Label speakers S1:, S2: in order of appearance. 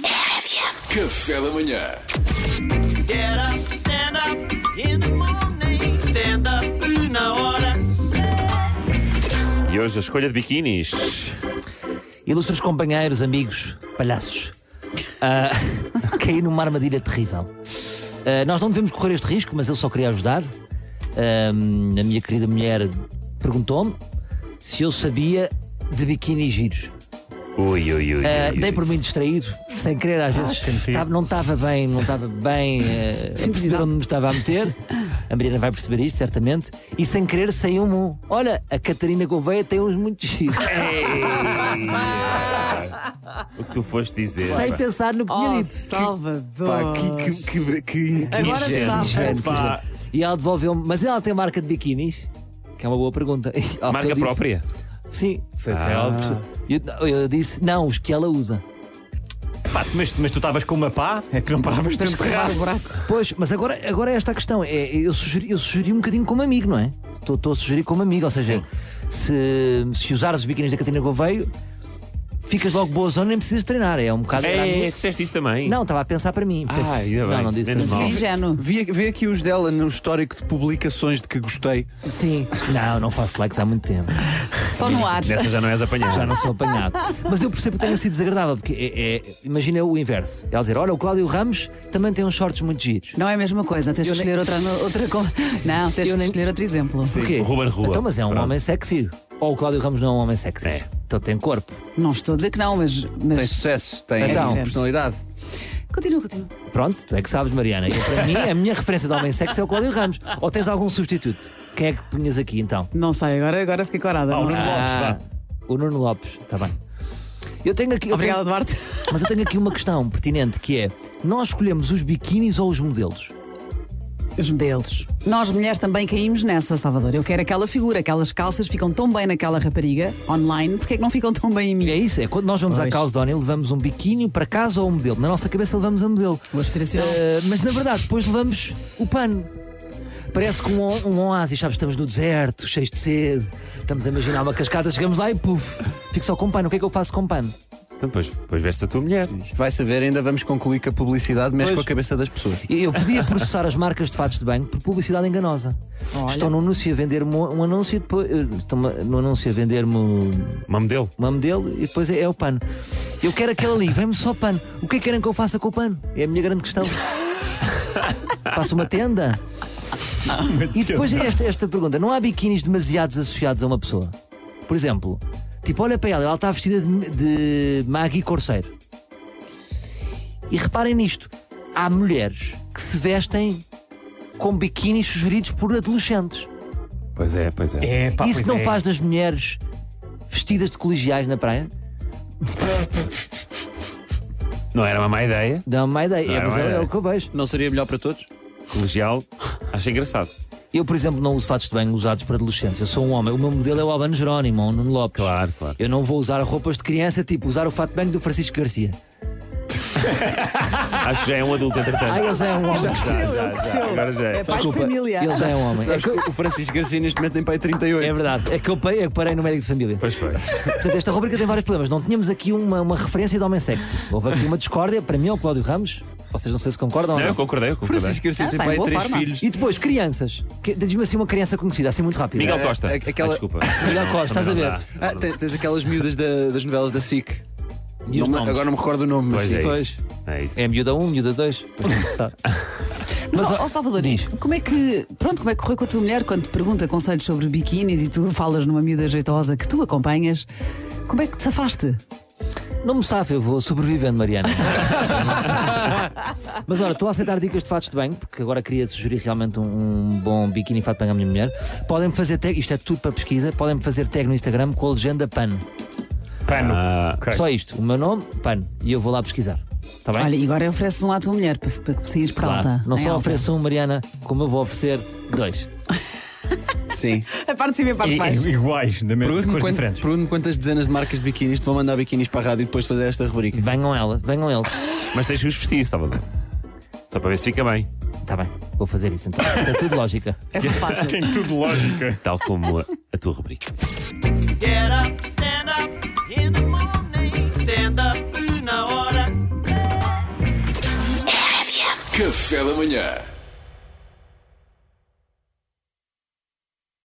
S1: RFM.
S2: Café da manhã.
S3: Get up, stand up in the morning. Stand up na hora.
S4: E hoje a escolha de biquinis.
S5: Ilustres companheiros, amigos, palhaços, ah, caí numa armadilha terrível. Ah, nós não devemos correr este risco, mas eu só queria ajudar. Ah, a minha querida mulher perguntou-me se eu sabia de biquíni e giros.
S4: Ui, ui, ui.
S2: Eh,
S5: Ah, dei por mim distraído, sem querer, às vezes tava- não estava bem, não estava bem ah, a perceber onde me estava a meter. A Mariana vai perceber isto, certamente. E sem querer saiu-me um. Olha, a Catarina Gouveia tem uns muito giros.
S4: O que tu foste dizer.
S5: sem
S4: pá.
S5: pensar no que tinha
S6: Oh,
S5: dito.
S6: Salvador!
S2: que, que, que,
S6: Agora
S4: ingênuo.
S6: sabe.
S5: Gente,
S4: Pá.
S5: gente. E ela devolveu-me, mas ela tem marca de biquinis? Que é uma boa pergunta. E ao que eu
S4: Marca
S5: disse-
S4: própria.
S5: Sim, foi o que ela eu, eu disse, não, os que ela usa.
S7: Pá, mas, mas tu estavas com uma pá? É que não paravas de enterrar.
S5: Pois, mas agora, agora é esta a questão. É, eu, sugeri, eu sugeri um bocadinho como amigo, não é? Estou, estou a sugerir como amigo, ou seja, se, se usares os biquinis da Catarina Gouveio, ficas logo boa zona e nem precisas treinar. É um bocado. era a minha-
S4: É, disseste isso também.
S5: Não, estava a pensar para mim.
S4: Ah,
S5: Pensei-
S4: ainda
S5: não,
S4: bem.
S5: não disse para
S4: Menos
S5: mim.
S4: mal.
S6: Ingênuo.
S2: Vê, vê aqui os dela no histórico de publicações de que gostei.
S5: Sim. Não, não faço likes há muito tempo.
S6: Só no ar.
S4: Nessa já não és apanhado.
S5: já não sou apanhado. Mas eu percebo que tenha sido desagradável, porque é, é- imagina o inverso. É Ela dizer, olha, o Cláudio Ramos também tem uns shorts muito giros.
S6: Não é a mesma coisa, tens que
S5: nem-
S6: escolher outra, outra coisa. Não, tens
S5: Eu
S6: que
S5: nem-
S6: escolher outro exemplo.
S5: Porquê?
S4: o Ruben Rua.
S5: Então, mas é um
S4: Pronto.
S5: homem sexy. Ou o Cláudio Ramos não é um homem sexy.
S4: É.
S5: Então tem corpo.
S6: Não estou a dizer que não, mas.
S2: Tem
S6: mas...
S2: sucesso, tem
S5: Então.
S2: personalidade.
S6: Continua, continua.
S5: Pronto, tu é que sabes, Mariana. Eu, para mim, a minha referência de homem sexy é o Cláudio Ramos. Ou tens algum substituto? Quem é que punhas aqui então?
S6: Não sei, agora, agora fiquei corada.
S7: Ah, o
S6: não
S7: Nuno
S6: sei.
S7: Lopes,
S5: o Nuno Lopes, está bem. Eu tenho aqui. eu
S6: Obrigada, Duarte.
S5: tenho- mas eu tenho aqui uma questão pertinente que é: nós escolhemos os biquinis ou os modelos?
S6: Os modelos. Nós mulheres também caímos nessa, Salvador. Eu quero aquela figura, aquelas calças ficam tão bem naquela rapariga online, porque é que não ficam tão bem em
S5: É
S6: mim?
S5: isso, é quando nós vamos à
S6: Pois.
S5: Calzedonia levamos um biquíni para casa ou um modelo. Na nossa cabeça levamos a modelo.
S6: O aspiracional.
S5: Eh, mas na verdade, depois levamos o pano. Parece que um, o- um oásis, sabes? Estamos no deserto, cheios de sede, estamos a imaginar uma cascata, chegamos lá e puf, fico só com pano. O que é que eu faço com pano?
S4: Então, depois, depois veste a tua mulher.
S2: Isto vai saber, ainda vamos concluir que a publicidade mexe
S5: Pois.
S2: com a cabeça das pessoas.
S5: Eu- Eu podia processar as marcas de fatos de banho por publicidade enganosa. Estão no anúncio a vender-me um, um anúncio e depois. eh, Estão no anúncio a vender-me um-
S4: Uma modelo.
S5: uma modelo e depois é, é o pano. Eu quero aquele ali, vem-me só pano. O que é que querem que eu faça com o pano? É a minha grande questão. Faço uma tenda?
S7: Ah,
S5: E depois é esta, esta pergunta: não há biquinis demasiados associados a uma pessoa? Por exemplo, tipo, olha para ela, ela está vestida de, de Maggie Corseiro. E reparem nisto: há mulheres que se vestem com biquinis sugeridos por adolescentes.
S4: Pois é, pois é.
S7: É, pá,
S5: Isso
S7: pois
S5: não
S7: é.
S5: faz das mulheres vestidas de colegiais na praia?
S4: Não era uma má ideia.
S5: Dá uma má ideia,
S4: Dá
S5: é,
S4: uma
S5: mas
S4: má
S5: é, é
S4: ideia.
S5: o que eu vejo.
S2: Não seria melhor para todos?
S5: É
S4: Colegial. Acho engraçado.
S5: Eu, por exemplo, não uso fatos de banho usados para adolescentes. Eu sou um homem. O meu modelo é o Albano Jerónimo ou o Nuno Lopes.
S4: Claro, claro.
S5: Eu não vou usar roupas de criança, tipo usar o fato de banho do Francisco Garcia.
S4: Acho que já é um adulto, entretanto.
S5: Ah, ele já é um homem.
S4: já, já. Agora já é.
S5: Desculpa, ele já é um homem. É,
S2: Sabes que o Francisco Garcia neste momento tem pai 38.
S5: é verdade. É que eu, parei- eu parei no médico de família.
S4: Pois foi.
S5: Portanto, esta rubrica tem vários problemas. Não tínhamos aqui uma, uma referência de homem sexy. Houve aqui uma discórdia, para mim, ao Cláudio Ramos. Vocês não sei se concordam
S4: Não,
S5: ou
S4: eu
S5: não.
S4: concordei, eu concordei.
S2: Francisco Garcia
S6: Ah,
S2: tem
S6: está em
S2: pai
S6: boa
S2: 3
S6: forma.
S2: filhos.
S5: E depois, crianças. Que- Diz-me assim uma criança conhecida, assim muito rápida.
S4: Miguel Costa.
S2: É, é, aquela-
S4: Ah, desculpa.
S5: Miguel Costa, estás a
S4: Também
S5: ver?
S4: não dá.
S2: Ah, tens, tens aquelas miúdas da- das novelas da SIC.
S5: E os
S2: Não me-
S5: nomes?
S2: agora não me recordo o nome, mas
S4: Pois
S2: sim.
S4: é
S5: Pois.
S4: isso. É isso.
S5: É miúda 1, um, miúda 2.
S6: Mas, ó, ó, Salvador, como é que. Pronto, como é que correu com a tua mulher quando te pergunta conselhos sobre biquínis e tu falas numa miúda jeitosa que tu acompanhas? Como é que te safaste?
S5: Não me sabe, eu vou sobrevivendo, Mariana. Mas ora, estou a aceitar dicas de fatos de banho, porque agora queria sugerir realmente um, um bom biquíni e fato de banho à minha mulher. Podem-me fazer tag, isto é tudo para pesquisa, podem-me fazer tag no Instagram com a legenda PAN.
S7: Pano.
S4: Ah,
S7: Ok.
S5: Só isto, o meu nome, PAN, e eu vou lá pesquisar. Está bem?
S6: Olha, e agora ofereces um à tua mulher para, para que saíres por alta.
S5: Não
S6: em
S5: só
S6: alta.
S5: ofereço um, Mariana, como eu vou oferecer dois.
S2: Sim.
S6: A parte de cima e a parte de
S7: I-
S6: baixo.
S7: i- iguais, da mesma de
S2: Pergunto-me
S7: cores
S2: quant-
S7: diferentes.
S2: pergunto-me quantas dezenas de marcas de biquinis te vão mandar biquinis para a rádio e depois fazer esta rubrica.
S5: Venham ela, venham eles.
S4: Mas tens que os vestir, estava bem. Só para ver se fica bem.
S5: Está Tá bem, vou fazer isso então. Está tudo lógica.
S6: Essa é fácil.
S7: Tem tudo lógica.
S4: Tal como a- a tua rubrica.
S3: Get up, stand up in the morning. Stand up na hora.
S1: Café da Manhã